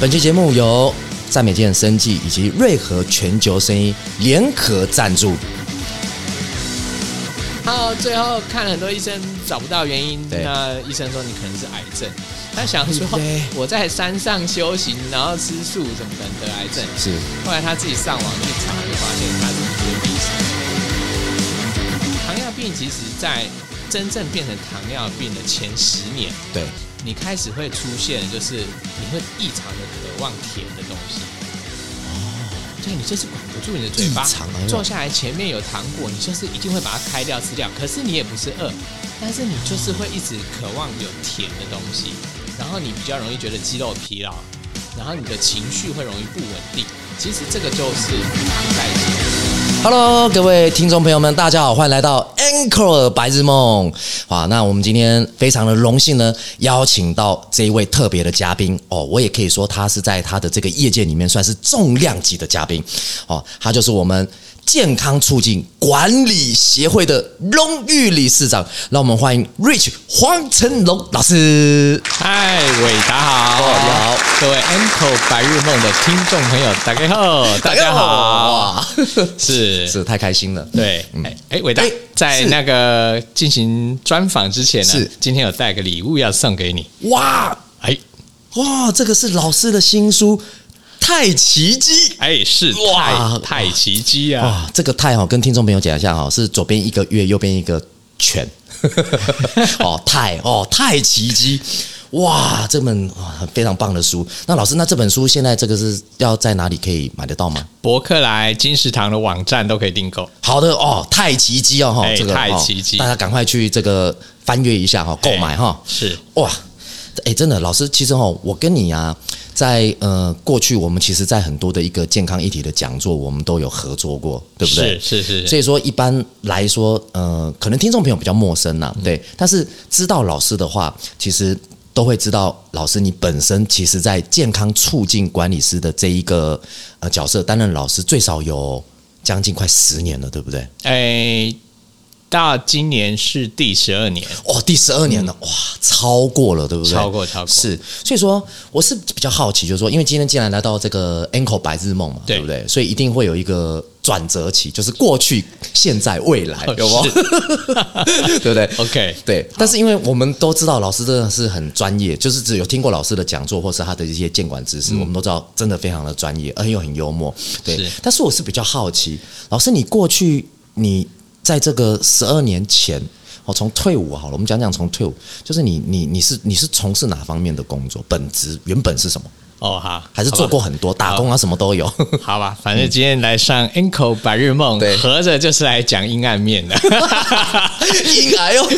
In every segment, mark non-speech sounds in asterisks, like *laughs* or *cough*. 本期节目由赞美健生技以及瑞和全球生意联合赞助。然后最后看了很多医生找不到原因，对那医生说你可能是癌症。他想说对我在山上修行，然后吃素，怎么可能得癌症？是，后来他自己上网去查，就发现他是绝壁死。糖尿病其实在真正变成糖尿病的前十年，对，你开始会出现，就是你会异常的渴望甜的东西。哦对你就是管不住你的嘴巴异常哎呦，坐下来前面有糖果，你就是一定会把它开掉吃掉。可是你也不是饿，但是你就是会一直渴望有甜的东西，然后你比较容易觉得肌肉疲劳，然后你的情绪会容易不稳定。其实这个就是糖代谢。 Hello，各位听众朋友们，大家好，欢迎来到 Anchor 白日梦。哇，那我们今天非常的荣幸呢，邀请到这一位特别的嘉宾哦，我也可以说他是在他的这个业界里面算是重量级的嘉宾哦，他就是我们健康促进管理协会的荣誉理事长，让我们欢迎 Rich 黄成龙老师。嗨，伟达好，哦你好，各位 Anko 白日梦的听众朋友，大家好，大家好， *laughs* 哇，是是太开心了。对，哎哎，伟大哎，在是那个进行专访之前是呢，今天有带个礼物要送给你。哇哎哇，这个是老师的新书《太奇迹》。哎，是哇太太奇迹啊！哇，这个太好，跟听众朋友讲一下哈，是左边一个月，右边一个犬。 *laughs* 哦，太哦，太奇迹！哇，这本哇非常棒的书。那老师，那这本书现在这个是要在哪里可以买得到吗？博客来、金石堂的网站都可以订购。好的哦，太奇迹哦哈，哎这个太哦奇迹大家赶快去这个翻阅一下哈，购买哈。是哇，哎，真的，老师，其实哦，我跟你啊，在呃过去，我们其实，在很多的一个健康议题的讲座，我们都有合作过，对不对？是是是所以说，一般来说，呃，可能听众朋友比较陌生嗯啦，对。但是知道老师的话，其实都会知道老师你本身其实，在健康促进管理师的这一个呃角色担任老师，最少有将近快十年了，对不对？哎，到今年是第十二年，哦，第十二年了，哇，超过了，对不对？嗯超过超过是，所以说我是比较好奇，就是说，因为今天既然来到这个 Anchor 白日梦嘛，对对不对？所以一定会有一个转折期，就是过去、现在、未哦来，有吗？ *laughs* 对不对 OK 对，但是因为我们都知道老师真的是很专业，就是只有听过老师的讲座或是他的一些监管知识，我们都知道真的非常的专业，而又很幽默。对，嗯是但是我是比较好奇，老师你过去你在这个十二年前。哦，从退伍好了，我们讲讲从退伍，就是你你你是你是从事哪方面的工作？本职原本是什么？ *laughs* 哦好，还是好吧做过很多打工啊，什么都 *laughs* 有。好吧，反正今天来上 Anko 白日梦对，合着就是来讲阴暗 *laughs* 面的。阴暗哦，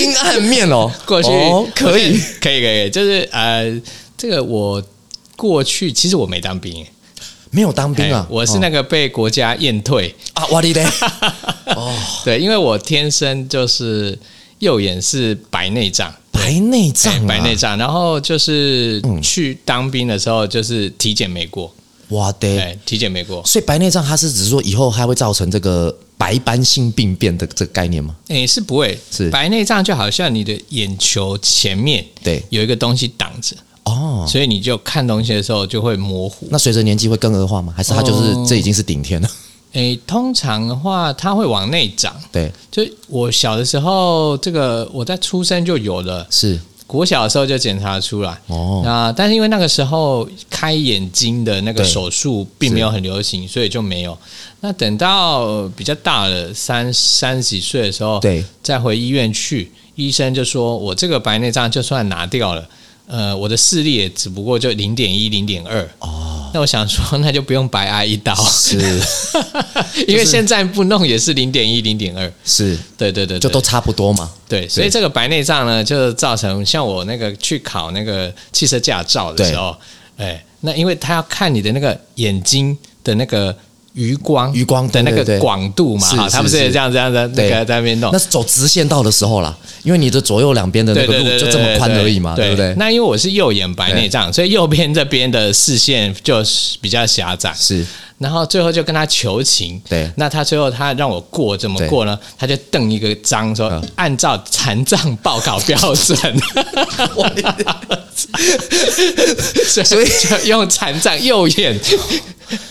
阴暗面哦，过去、哦可以，可以可以，就是呃，这个我过去其实我没当兵耶，没有当兵啊哎，我是那哦个被国家验退，啊，哇哩嘞，哦，对，因为我天生就是右眼是白内障，白内障哎啊，嗯白内障，然后就是去当兵的时候就是体检没过，哇的，哎，体检没过，所以白内障它是指说以后它会造成这个白斑性病变的这个概念吗？哎，是不会，是白内障就好像你的眼球前面对有一个东西挡着，哦，所以你就看东西的时候就会模糊。那随着年纪会更恶化吗？还是它就是、这已经是顶天 *laughs* 了？诶，哎通常的话，它会往内长。对，就我小的时候，这个我在出生就有了，是国小的时候就检查出来。哦那但是因为那个时候开眼睛的那个对手术并没有很流行，所以就没有。那等到比较大了，三三十几岁的时候，对，再回医院去，医生就说我这个白内障就算拿掉了，呃，我的视力也只不过就零点一、零点二。哦，那我想说，那就不用白挨一刀。 *laughs* 是因为现在不弄也是零点一、零点二，是，对对对，对就都差不多嘛。对，所以这个白内障呢，就造成像我那个去考那个汽车驾照的时候，哎，那因为他要看你的那个眼睛的那个余光余光的那对对个对广度嘛，是哈是它不是是这样这样的那对个在那边弄那。是走直线道的时候啦，因为你的左右两边的那对个对路对，就这么宽而已嘛，对不对？那因为我是右眼白内障，所以右边这边的视线就是比较狭窄。是然后最后就跟他求情，对那他最后他让我过，怎么对嗯过呢？他就瞪一个章说，按照残障报告标 *laughs* 准，所以就用残障右 *laughs* 眼，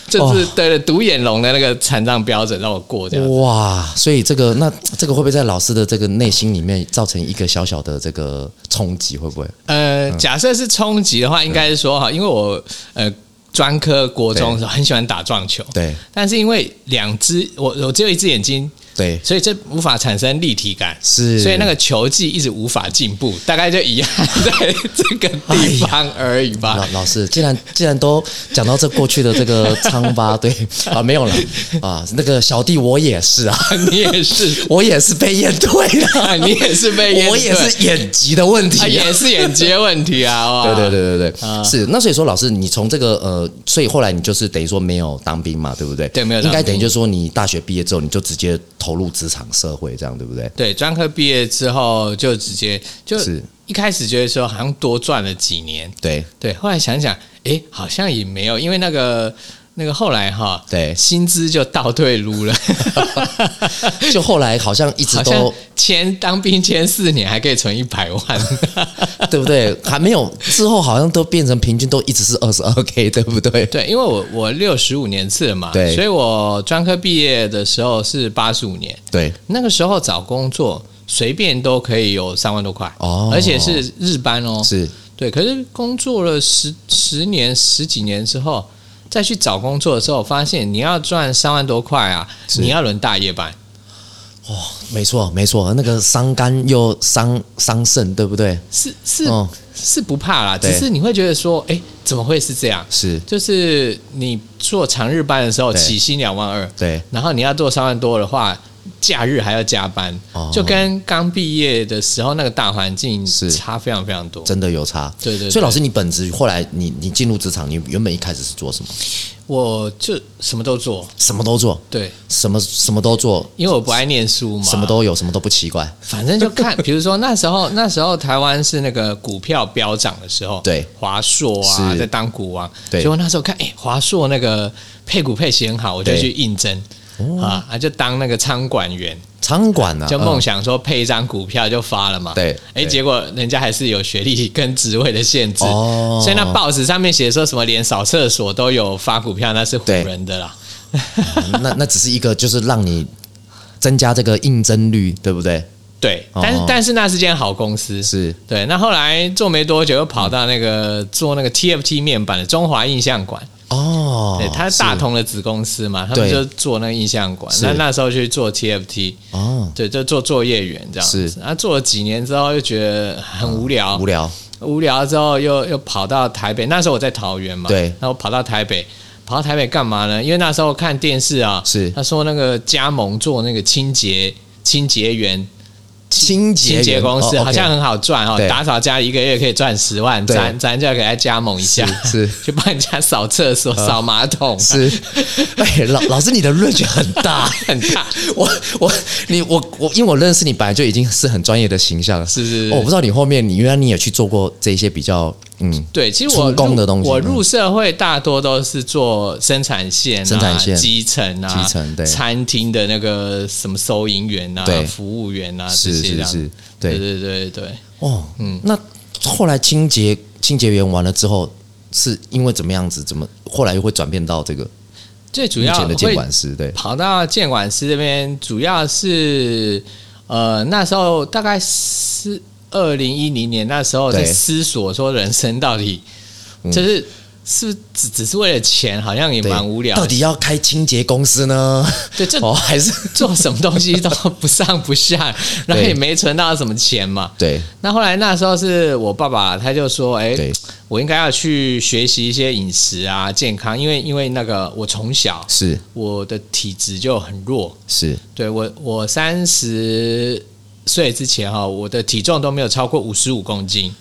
就是对了独眼龙的那个残障标准让我过这样。哇，所以这个那这个会不会在老师的这个内心里面造成一个小小的这个冲击？会不会？呃，假设是冲击的话，应该是说嗯哈，因为我呃专科国中的时候很喜欢打撞球，对但是因为两只我我只有一只眼睛，对所以这无法产生立体感，是所以那个球技一直无法进步，大概就一 *laughs* 样在这个地方而已吧老。老师，既然既然都讲到这过去的这个疮 *laughs* 疤，对啊，没有了啊，那个小弟我也是啊， *laughs* 你也是，我也是被验退的，啊你也是被淹 *laughs* 我也对是眼疾的问题、啊，也是眼接问题 *laughs* 啊，哇对对对对对，是那所以说老师，你从这个呃，所以后来你就是等于说没有当兵嘛，对不对？对没有当应兵该等于就是说你大学毕业之后，你就直接投入职场社会，这样对不对？对，专科毕业之后就直接就是一开始觉得说好像多赚了几年， *laughs* 对对，后来想想，诶，好像也没有，因为那个那个后来哈，对薪资就倒退撸了， *laughs* 就后来好像一直好像都签当兵签四年还可以存一百万， *laughs* 对不对？还没有之后好像都变成平均都一直是二十二 k，对不对？对，因为我我六十五年次了嘛，对所以我专科毕业的时候是八十五年，对，那个时候找工作随便都可以有三万多块哦而且是日班哦，是对，可是工作了十十年、十几年之后，再去找工作的时候，发现你要赚三万多块啊，你要轮大夜班，没错没错，那个伤肝又伤伤肾，对不对？是是、哦是不怕啦，只对是你会觉得说，哎、怎么会是这样？是就是你做长日班的时候，对起薪两万二，对然后你要做三万多的话，假日还要加班，哦就跟刚毕业的时候那个大环境是差非常非常多。真的有差。对对对所以老师，你本职后来你你进入职场，你原本一开始是做什么？我就什么都做，什么都做，对，什么什么都做，因为我不爱念书嘛，什么都有，什么都不奇怪。反正 *laughs* 就看，比如说那时候，那时候台湾是那个股票飙涨的时候，对，华硕啊是在当股王，对结果那时候看，哎、华硕那个配股配息很好，我就对哦去应征。啊啊！就当那个仓管员，场馆啊，就梦嗯想说配一张股票就发了嘛。对哎、对结果人家还是有学历跟职位的限制，哦所以那报纸上面写说什么连扫厕所都有发股票，那是唬对人的啦。嗯 *laughs* 那那只是一个，就是让你增加这个应征率，对不对？对，但是、哦但是那是间好公司，是对，那后来做没多久，又跑到那个、做那个 TFT 面板的中华印象馆，哦对，，它是大同的子公司嘛，他对们就做那个印象馆。是那那时候去做 TFT，哦，对，就做作业员这样子。是啊然后做了几年之后，又觉得很无聊，无聊，无聊之后又又跑到台北，那时候我在桃园嘛，对然后跑到台北，跑到台北干嘛呢？因为那时候看电视啊，是他说那个加盟做那个清洁清洁员。清洁清员洁公司哦，OK 好像很好赚哦对，打扫家里一个月可以赚十万，对咱咱就要给他加盟一下，是 *laughs* 呃去帮人家扫厕所、扫马桶， *laughs* 是，哎，老老师，你的 range 很大。很大， *laughs* 我我你我我，因为我认识你，本来就已经是很专业的形象了。是是是哦我不知道你后面，你原来你也去做过这些比较，嗯，对，其实我出工入的东西嗯我入社会大多都是做生产线、啊、生产线基层啊、基层对餐厅的那个什么收银员啊对、服务员啊这是些这是样。是，对对，对对对，哦，嗯，那后来清洁清洁员完了之后，是因为怎么样子？怎么后来又会转变到这个最主目要前的监会管师？对，跑到监管师这边，主要是呃那时候大概是二零一零年那时候在对思索说人生到底嗯就是、是不是只只是为了钱，好像也对蛮无聊的到底要开清洁公司 *laughs* 呢？对，这哦，还是做什么东西都不上不下，然后也没存到什么钱嘛。对那后来那时候是我爸爸，他就说：“哎、对我应该要去学习一些饮食啊、健康，因为因为那个我从小是我的体质就很弱，是对我我三十岁之前哈、我的体重都没有超过五十五公斤。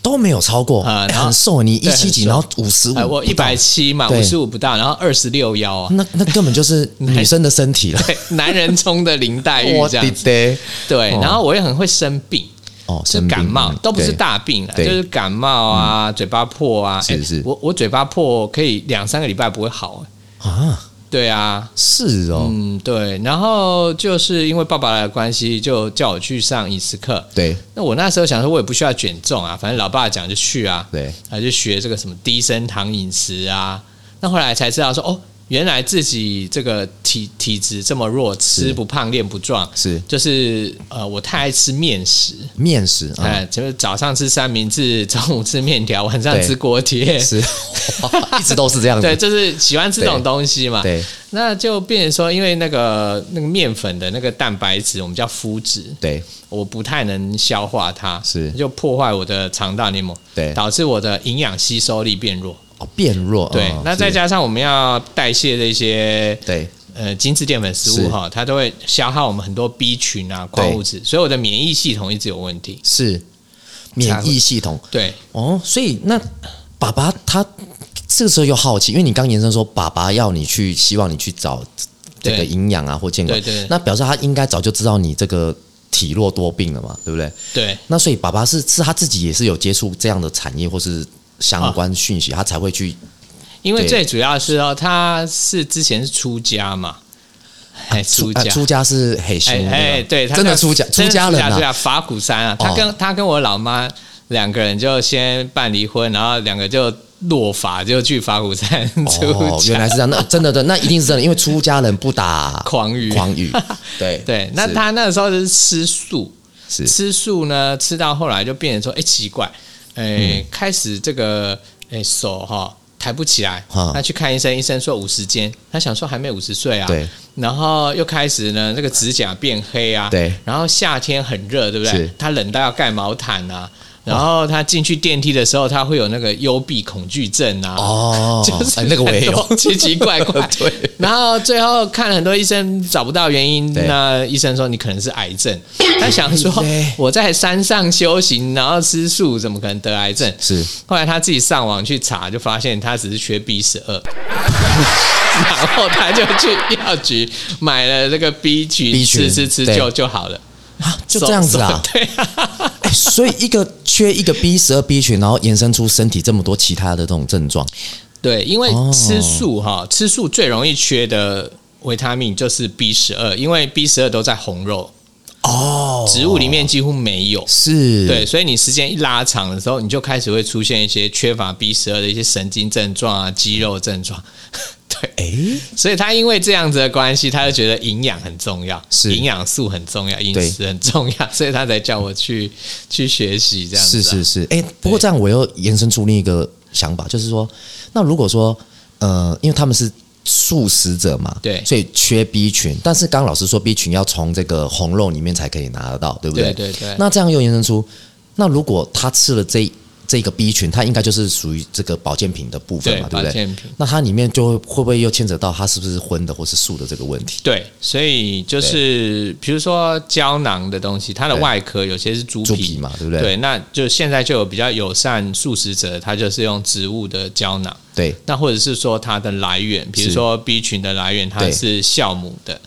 都没有超过，呃哎然后很瘦，你一对七几，很瘦然后五十五哎，，我一百七嘛，对五十五不到，然后二十六腰啊，那那根本就是女生的身体了。对， *laughs* 男人冲的林黛玉哎这样子，得对，哦然后我也很会生病。哦，是感冒，都不是大病啊，就对嗯是感冒啊，嘴巴破啊。是哎是我我嘴巴破可以两三个礼拜不会好、哎啊，对啊，是哦，嗯，对。然后就是因为爸爸的关系，就叫我去上饮食课。对那我那时候想说，我也不需要减重啊，反正老爸讲就去啊，对，还就学这个什么低升糖饮食啊。那后来才知道说，哦，原来自己这个体体质这么弱，吃不胖练不壮，是就是呃，我太爱吃面食，面食啊，哎，就是早上吃三明治，中午吃面条，晚上对吃锅贴，是 *laughs* 哇一直都是这样 *laughs* 对，子，就是喜欢吃这种对东西嘛。对那就变成说，因为那个那个面粉的那个蛋白质，我们叫麸质，对我不太能消化它，是就破坏我的肠道黏膜，对导致我的营养吸收力变弱。哦，变弱，对，哦那再是加上我们要代谢这些对呃精致淀粉食是物哈，它都会消耗我们很多 B 群啊矿物质，所以我的免疫系统一直有问题。是免疫系统对，哦，所以那爸爸他这个时候又好奇，因为你刚延伸说爸爸要你去，希望你去找这个对营养啊或健康对对对，那表示他应该早就知道你这个体弱多病了嘛，对不对？对，那所以爸爸是是他自己也是有接触这样的产业或是相关讯息，他才会去因为对最主要是哦，他是之前是出家嘛，哎，出啊家。出家是很辛哎苦的哎，对，他真的叫出家真出的家人出啊，家法鼓山啊，他哦跟他跟我老妈两个人就先办离婚，然后两个就落法，就去法鼓山 *laughs* 出哦，原家。来是这样，那真的的那一定是真的，因为出家人不打狂语狂语，对 *laughs* 对，那是他那时候就是吃素，是吃素呢，吃到后来就变成说，哎，奇怪，嗯哎，开始这个哎手哈抬不起来啊，他去看医生，医生说五十肩，他想说还没五十岁啊，对，然后又开始呢，这个指甲变黑啊，对然后夏天很热，对不对是？他冷到要盖毛毯啊，然后他进去电梯的时候，他会有那个幽闭恐惧症啊，哦，就是哎那个我也有，。很多奇奇怪怪 *laughs* 对，然后最后看了很多医生找不到原因，对那医生说你可能是癌 *coughs* 症。他想说对我在山上修行，然后吃素，怎么可能得癌症？是后来他自己上网去查，就发现他只是缺 B 十二， *laughs* 然后他就去药局买了这个 B 群 B 群吃吃吃对就就好了，啊，就这样子啊， *laughs* 手手对啊。哎所以一个缺一个 B 十二 B 群，然后延伸出身体这么多其他的这种症状，对，因为哦吃素哈、吃素最容易缺的维他命就是 B 十二，因为 B 十二都在红肉，哦，植物里面几乎没有。是，对，，所以你时间一拉长的时候，你就开始会出现一些缺乏 B 十二的一些神经症状啊、肌肉症状。 *laughs* 对，哎，所以他因为这样子的关系，他就觉得营养很重要，是营养素很重要，饮对食很重要，所以他才叫我去去学习这样子、啊是是，是，哎、不过这样我又延伸出另一个想法，就是说，那如果说，呃，因为他们是素食者嘛，对所以缺 B 群，但是刚刚老师说 B 群要从这个红肉里面才可以拿得到，对不对？对对对那这样又延伸出，那如果他吃了这这个 B 群，它应该就是属于这个保健品的部分嘛，对对不保对健品？那它里面就会会不会又牵扯到它是不是荤的或是素的这个问题？对，所以就是比如说胶囊的东西，它的对外壳有些是猪皮猪皮嘛对不对对，那就现在就有比较友善素食者，他就是用植物的胶囊，对，那或者是说它的来源，比如是说 B 群的来源，它对是酵母的，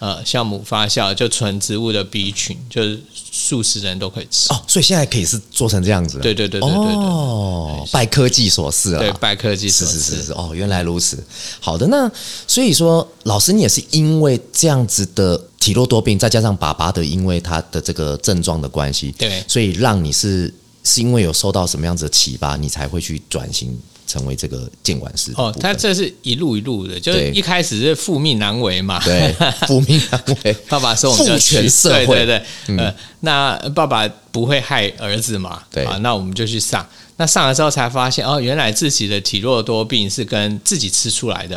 呃，酵母发酵就纯植物的 B 群，就是素食人都可以吃。哦，所以现在可以是做成这样子了，对对对对对对对哦，拜科技所赐啊，对，拜科技是所是是赐。是哦，原来如此。好的，那所以说，老师你也是因为这样子的体弱多病，再加上爸爸的因为他的这个症状的关系，对所以让你是是因为有受到什么样子的启发，你才会去转型成为这个监管师的哦部，他分这是一路一路的，就是对一开始是父命难违嘛，对负面安慰，爸爸说我们父就要权去社会嗯对对对，呃，那爸爸不会害儿子嘛，对啊，那我们就去上。那上了之后才发现，哦，原来自己的体弱多病是跟自己吃出来的。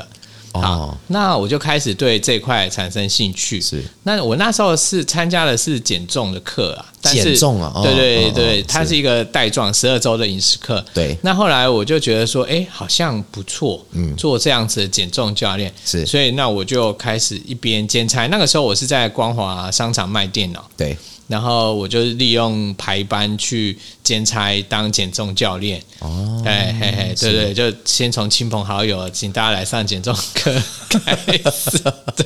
哦好，那我就开始对这块产生兴趣。是，那我那时候是参加的是减重的课啊，但是减重啊哦对对哦对，哦它是是一个带状十二周的饮食课。对那后来我就觉得说，哎，好像不错，嗯，做这样子的减重教练是所以那我就开始一边兼差。那个时候我是在光华商场卖电脑，对然后我就利用排班去兼差当减重教练。哦，哎嘿嘿，对对，就先从亲朋好友，请大家来上减重课开 *laughs* 始。对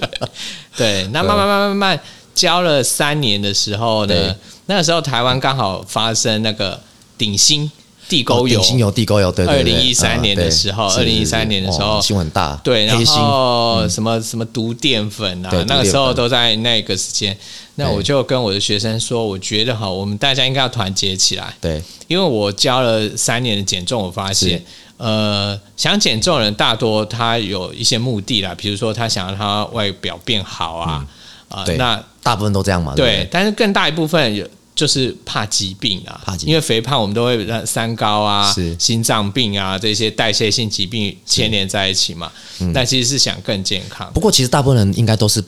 对，那慢慢慢慢慢慢教了三年的时候呢对，那个时候台湾刚好发生那个顶新地沟油，哦顶新油、地沟油，对对对。 2013年的时候啊对是2013年的时候哦新闻很大，对，黑然心后什么什么毒淀粉啊对，那毒个淀时候粉都在那个时间。那对我就跟我的学生说，我觉得哈，我们大家应该要团结起来，对因为我教了三年的减重，我发现是，呃，想减重的人大多他有一些目的啦，比如说他想要他外表变好啊，啊、嗯对，那大部分都这样嘛，对对，但是更大一部分有就是怕疾病啊，怕疾病因为肥胖我们都会让三高啊是、心脏病啊这些代谢性疾病牵连在一起嘛。那其实是想更健康嗯不，过其实大部分人应该都是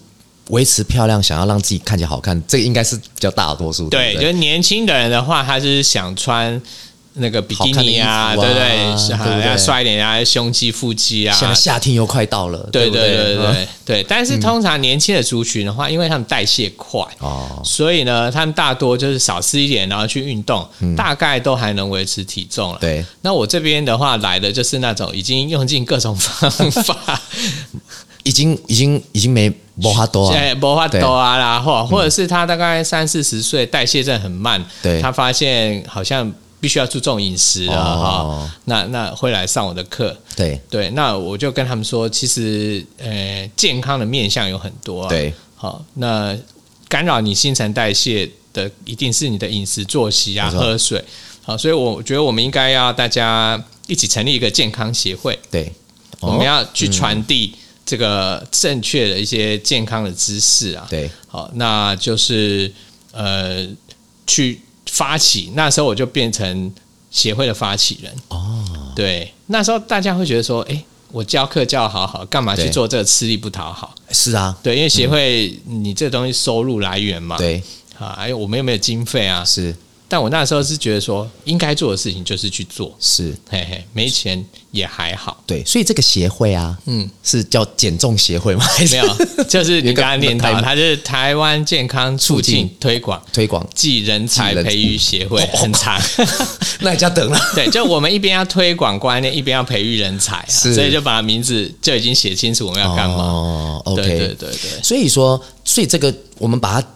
维持漂亮，想要让自己看起来好看，这个应该是比较大的多数。对对，不就对，是年轻的人的话，他就是想穿。那个比基尼啊，好对看不的衣对？服啊是啊对不对要帅一点啊，胸肌、腹肌啊。现在夏天又快到了，对不对对嗯对对。但是通常年轻的族群的话，因为他们代谢快，哦，所以呢，他们大多就是少吃一点，然后去运动，大概都还能维持体重了。嗯对，那我这边的话来的就是那种已经用尽各种方 *laughs* 法，已经已经已经没摩哈多啊，哎，不法多啊啦，或嗯或者是他大概三四十岁，代谢症很慢，对他发现好像必须要注重饮食了哈、哦那那会来上我的课。对对，那我就跟他们说，其实呃，健康的面向有很多、啊，对好，那干扰你新陈代谢的一定是你的饮食、作息啊、没错喝水。好，所以我觉得我们应该要大家一起成立一个健康协会，对，我们哦要去传递这个正确的一些健康的知识啊。对好，那就是呃，去发起。那时候我就变成协会的发起人。哦，对，那时候大家会觉得说，哎、我教课教得好好，干嘛去对做这个吃力不讨好？是啊，对，因为协会你这东西收入来源嘛，对啊，还有我们又没有经费啊。是但我那时候是觉得说，应该做的事情就是去做，是，嘿嘿，没钱也还好，对，所以这个协会啊，嗯嗯，是叫减重协会吗？还是没有， *laughs* 就是你刚刚念有到，个它是台湾健康促进促进推广推广？暨人才暨人哦培育协会，*laughs* 很长。那你家等了，对，就我们一边要推广观念，一边要培育人才、啊，是所以就把名字就已经写清楚我们要干嘛。哦对，OK，对对对所以说，所以这个我们把它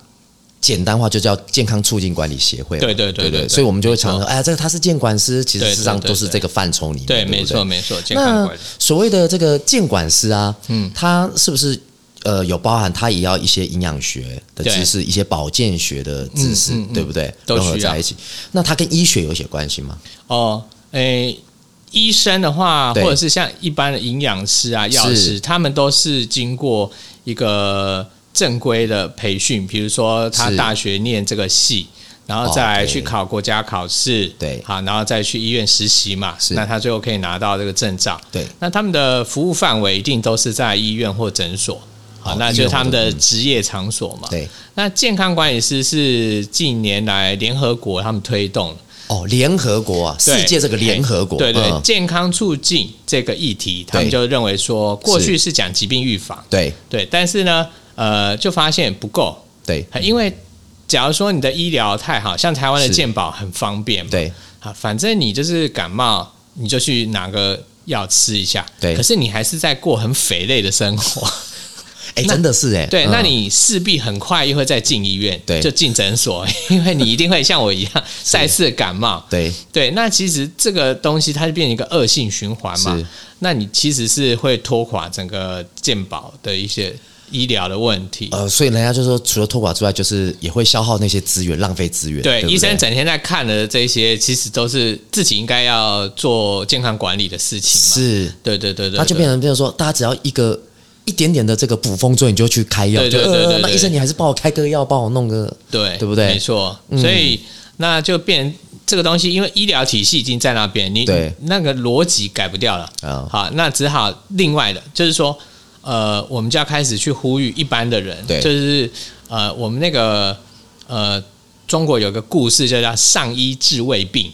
简单化，就叫健康促进管理协会嘛。对对对对对对所以我们就会没错常说，哎呀，这个他是监管师，其实对事实上对对都是对这个范畴里面。对，不没错没错，健康那管理。所谓的这个监管师啊，嗯，他是不是呃有包含他也要一些营养学的知识，一些保健学的知识嗯嗯嗯，对不对？都融合需要在一起。那他跟医学有些关系吗？哦，诶、医生的话，或对者是像一般的营养师啊、药师，是他们都是经过一个正规的培训，比如说他是大学念这个系。然后再来 OK 去考国家考试，对好，然后再去医院实习嘛，是那他最后可以拿到这个证照。对那他们的服务范围一定都是在医院或诊所，好，哦那就是他医们院的或诊职业场所嘛。对，那健康管理师是近年来联合国他们推动的哦，联合国啊，对世界这个联合国，对对，嗯健康促进这个议题，他们就认为说，过去是讲疾病预防，对对，但是呢，呃，就发现不够，对因为假如说你的医疗太好，像台湾的嗯是健保很方便嘛，对啊，反正你就是感冒，你就去拿个药吃一下，对可是你还是在过很肥累的生活， *laughs* 哎，那真的是哎，对，嗯那你势必很快又会再进医院，对就进诊所，因为你一定会像我一样再次感冒，对对，那其实这个东西它就变成一个恶性循环嘛是。那你其实是会拖垮整个健保的一些医疗的问题。呃，所以人家就说，除了托管之外，就是也会消耗那些资源，浪费资源。对，不医生整天在看的这些，其实都是自己应该要做健康管理的事情嘛。是，对对对对，那就变成变成说，大家只要一个一点点的这个补风作用，你就去开药，对对就对对呃，那对医生你还是帮我开个药，帮我弄个，对对不对嗯没错，所以那就变这个东西，因为医疗体系已经在那边，你对那个逻辑改不掉了。啊好，那只好另外的，就是说，呃，我们就要开始去呼吁一般的人，对就是呃，我们那个呃，中国有个故事就叫“上医治未病”。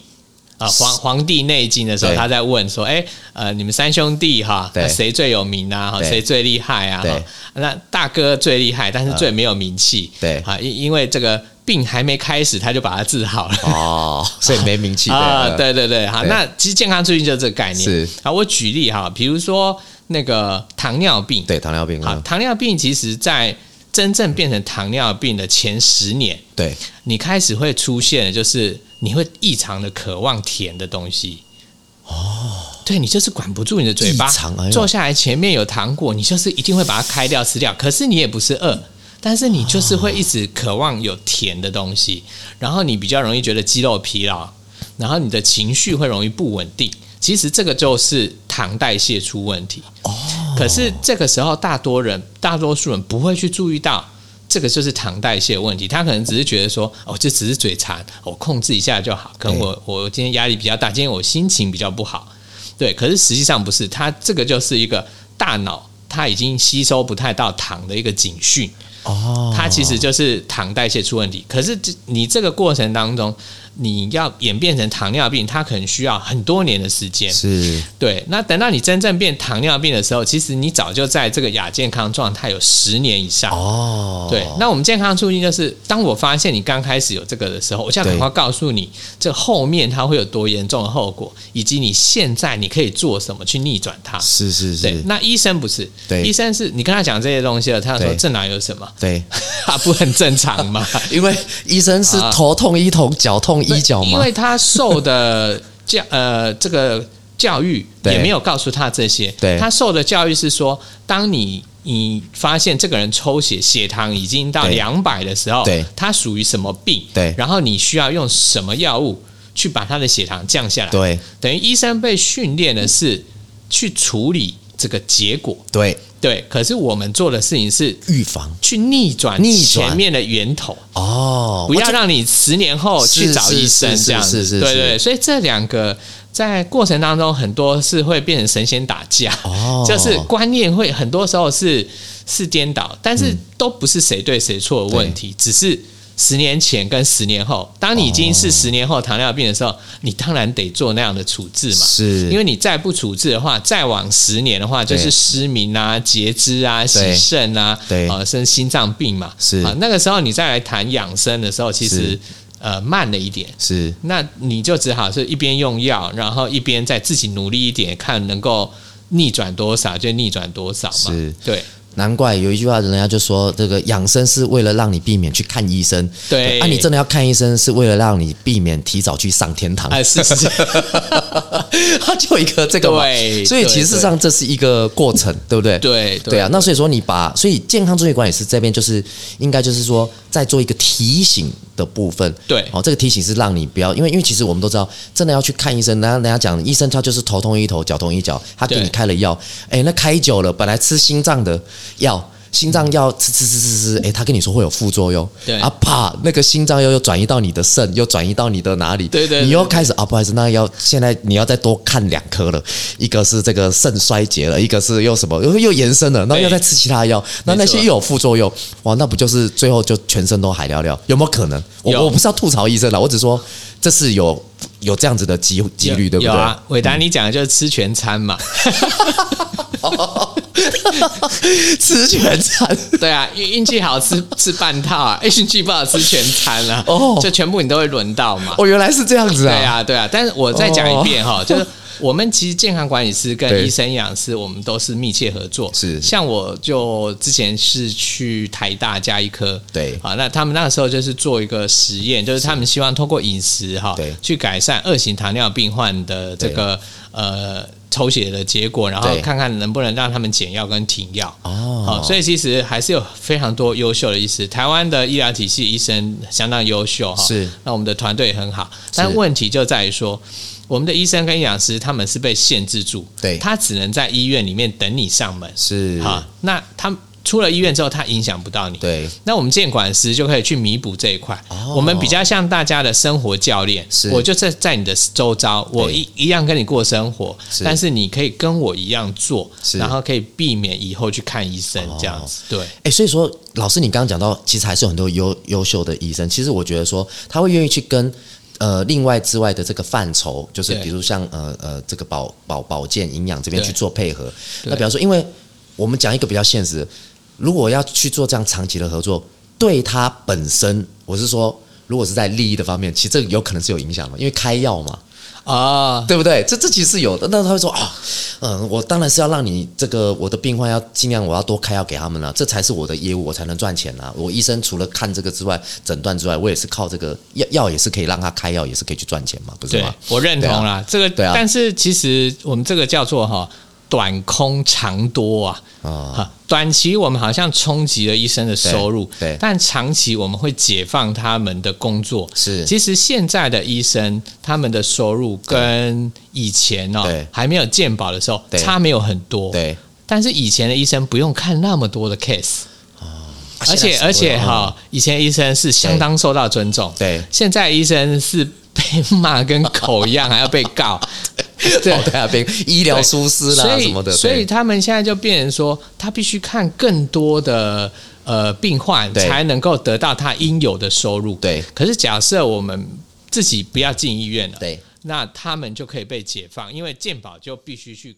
呃皇皇帝内经的时候，对他在问说，哎、呃，你们三兄弟哈，对那谁最有名啊？哈对谁最厉害啊？对啊哈那大哥最厉害，但是最没有名气。对啊，因因为这个病还没开始，他就把它治好了。哦，所以没名 *laughs* 气呃啊、的，对对对，好，对那其实健康促进就是这个概念。是好，我举例哈，比如说那个糖尿病，对糖尿病好，啊，糖尿病其实在真正变成糖尿病的前十年，对你开始会出现的就是你会异常的渴望甜的东西。哦，对你就是管不住你的嘴巴异常哎呦，坐下来前面有糖果，你就是一定会把它开掉吃掉。可是你也不是饿，但是你就是会一直渴望有甜的东西，然后你比较容易觉得肌肉疲劳，然后你的情绪会容易不稳定。其实这个就是糖代谢出问题。可是这个时候，大多人、大多数人不会去注意到，这个就是糖代谢的问题。他可能只是觉得说，哦，这只是嘴馋，我控制一下就好。可能我我今天压力比较大，今天我心情比较不好，对。可是实际上不是，它这个就是一个大脑它已经吸收不太到糖的一个警讯，哦，它其实就是糖代谢出问题。可是这你这个过程当中，你要演变成糖尿病，它可能需要很多年的时间。是对，那等到你真正变糖尿病的时候，其实你早就在这个亚健康状态有十年以上。哦，对，那我们健康促进就是，当我发现你刚开始有这个的时候，我就要赶对快告诉你，这后面它会有多严重的后果，以及你现在你可以做什么去逆转它。是是对，是，那医生不是，对医生是你跟他讲这些东西了，他说对这哪有什么， *laughs* 对，他不很正常吗？因为医生是啊头痛医头，脚痛医脚因嘛，为他受的教 *laughs* 呃这个教育对也没有告诉他这些，对他受的教育是说，当你你发现这个人抽血血糖已经到对两百的时候，对他属于什么病，对然后你需要用什么药物去把他的血糖降下来，，对等于医生被训练的是去处理这个结果，对，对，可是我们做的事情是预防去逆转逆转前面的源头。哦，不我要这让你十年后去找医生是是是这样子，是是是对对，所以这两个在过程当中，很多是会变成神仙打架，哦 *laughs* 就是观念会很多时候是是颠倒，但嗯是都不是谁对谁错的问题，只是。十年前跟十年后，当你已经是十年后糖尿病的时候，你当然得做那样的处置嘛。是因为你再不处置的话，再往十年的话，就对是失明啊、截肢啊、洗对肾啊，对啊、甚至心脏病嘛。是啊，那个时候你再来谈养生的时候，其实是呃慢了一点。是那你就只好是一边用药，然后一边再自己努力一点，看能够逆转多少就逆转多少嘛。是对难怪有一句话，人家就说这个养生是为了让你避免去看医生，对啊，你真的要看医生是为了让你避免提早去上天堂 *laughs* 啊、，是是是，它就一个这个嘛，对所以其实事实上这是一个过程，对不对？ *laughs* 对对啊，那所以说你把，所以健康作业管理师这边就是应该就是说在做一个提醒的部分，对哦，这个提醒是让你不要，因为因为其实我们都知道，真的要去看医生，然后人家讲医生他就是头痛医头，脚痛医脚，他给对你开了药，哎，那开久了，本来吃心脏的药。心脏药吃吃吃吃吃，哎、他跟你说会有副作用，嗯对啊，啪，那个心脏药又转移到你的肾，又转移到你的哪里？对对对你又开始啊，不好意思，那要现在你要再多看两颗了，一个是这个肾衰竭了，一个是又什么又又延伸了，然后对又在吃其他药，那那些又有副作用，哇，那不就是最后就全身都海聊聊？有没有可能？有我我不是要吐槽医生了，我只说这是有有这样子的机几率，对不嗯有对？ *laughs* 啊，伟达，你讲的就是吃全餐嘛。吃全餐，对啊，运运气好吃吃半套啊，运气不好吃全餐啊，哦就全部你都会轮到嘛。哦，原来是这样子对啊！哦啊，对啊。但是我再讲一遍哈、就是我们其实健康管理师对跟医生营养师，我们都是密切合作。是像我就之前是去台大加医科，对啊，那他们那个时候就是做一个实验，就是他们希望通过饮食哈、对去改善二型糖尿病患的这个呃。抽血的结果，然后对看看能不能让他们减药跟停药。哦好、所以其实还是有非常多优秀的医师。台湾的医疗体系医生相当优秀哈，是那我们的团队也很好，但问题就在于说，我们的医生跟营养师他们是被限制住，对他只能在医院里面等你上门，是啊，那他们出了医院之后，他影响不到你，。对，那我们监管师就可以去弥补这一块。哦我们比较像大家的生活教练是，我就在在你的周遭，我一一样跟你过生活，是但是你可以跟我一样做是，然后可以避免以后去看医生这样子。对，哎、所以说，老师，你刚刚讲到，其实还是有很多优优秀的医生。其实我觉得说，他会愿意去跟呃另外之外的这个范畴，就是对比如像呃呃这个保保保健营养这边对去做配合。对那比方说，因为我们讲一个比较现实的，如果要去做这样长期的合作，对他本身，我是说，如果是在利益的方面，其实这个有可能是有影响的，因为开药嘛。啊，对不对？这这其实是有的。那他会说啊，嗯，我当然是要让你这个我的病患要尽量我要多开药给他们了、啊这才是我的业务，我才能赚钱啊。我医生除了看这个之外，诊断之外，我也是靠这个药药也是可以让他开药，也是可以去赚钱嘛，不是对吗？，我认同啦。这个，对啊但是其实我们这个叫做哈短空长多啊。啊、哈，短期我们好像冲击了医生的收入，对对但长期我们会解放他们的工作。是其实现在的医生他们的收入跟以前哦对还没有健保的时候对差没有很多，。对，但是以前的医生不用看那么多的 case，而啊且而且哈，以前医生是相当受到尊重，嗯对现在医生是被骂跟狗一样，还要被 *laughs* 告， *laughs* 对、哦、对啊，别医疗疏失啦所以什么的，所以对他们现在就变成说，他必须看更多的呃病患，对才能够得到他应有的收入。对可是假设我们自己不要进医院了，对那他们就可以被解放，因为健保就必须去。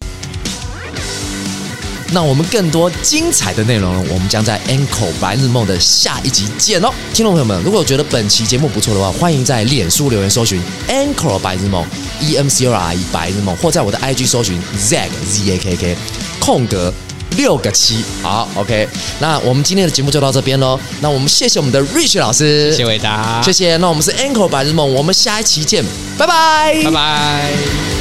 那我们更多精彩的内容呢，我们将在 Anchor 白日梦的下一集见哦。听众朋友们，如果觉得本期节目不错的话，欢迎在脸书留言搜寻 Anchor 白日梦 E M C O R E 白日梦，或在我的 IG 搜寻 Zack Z A K K 空格。六个七，好，OK，那我们今天的节目就到这边喽。那我们谢谢我们的 Rich 老师，谢谢，伟达，谢谢。那我们是 Anchor 白日梦，我们下一期见，拜拜拜拜。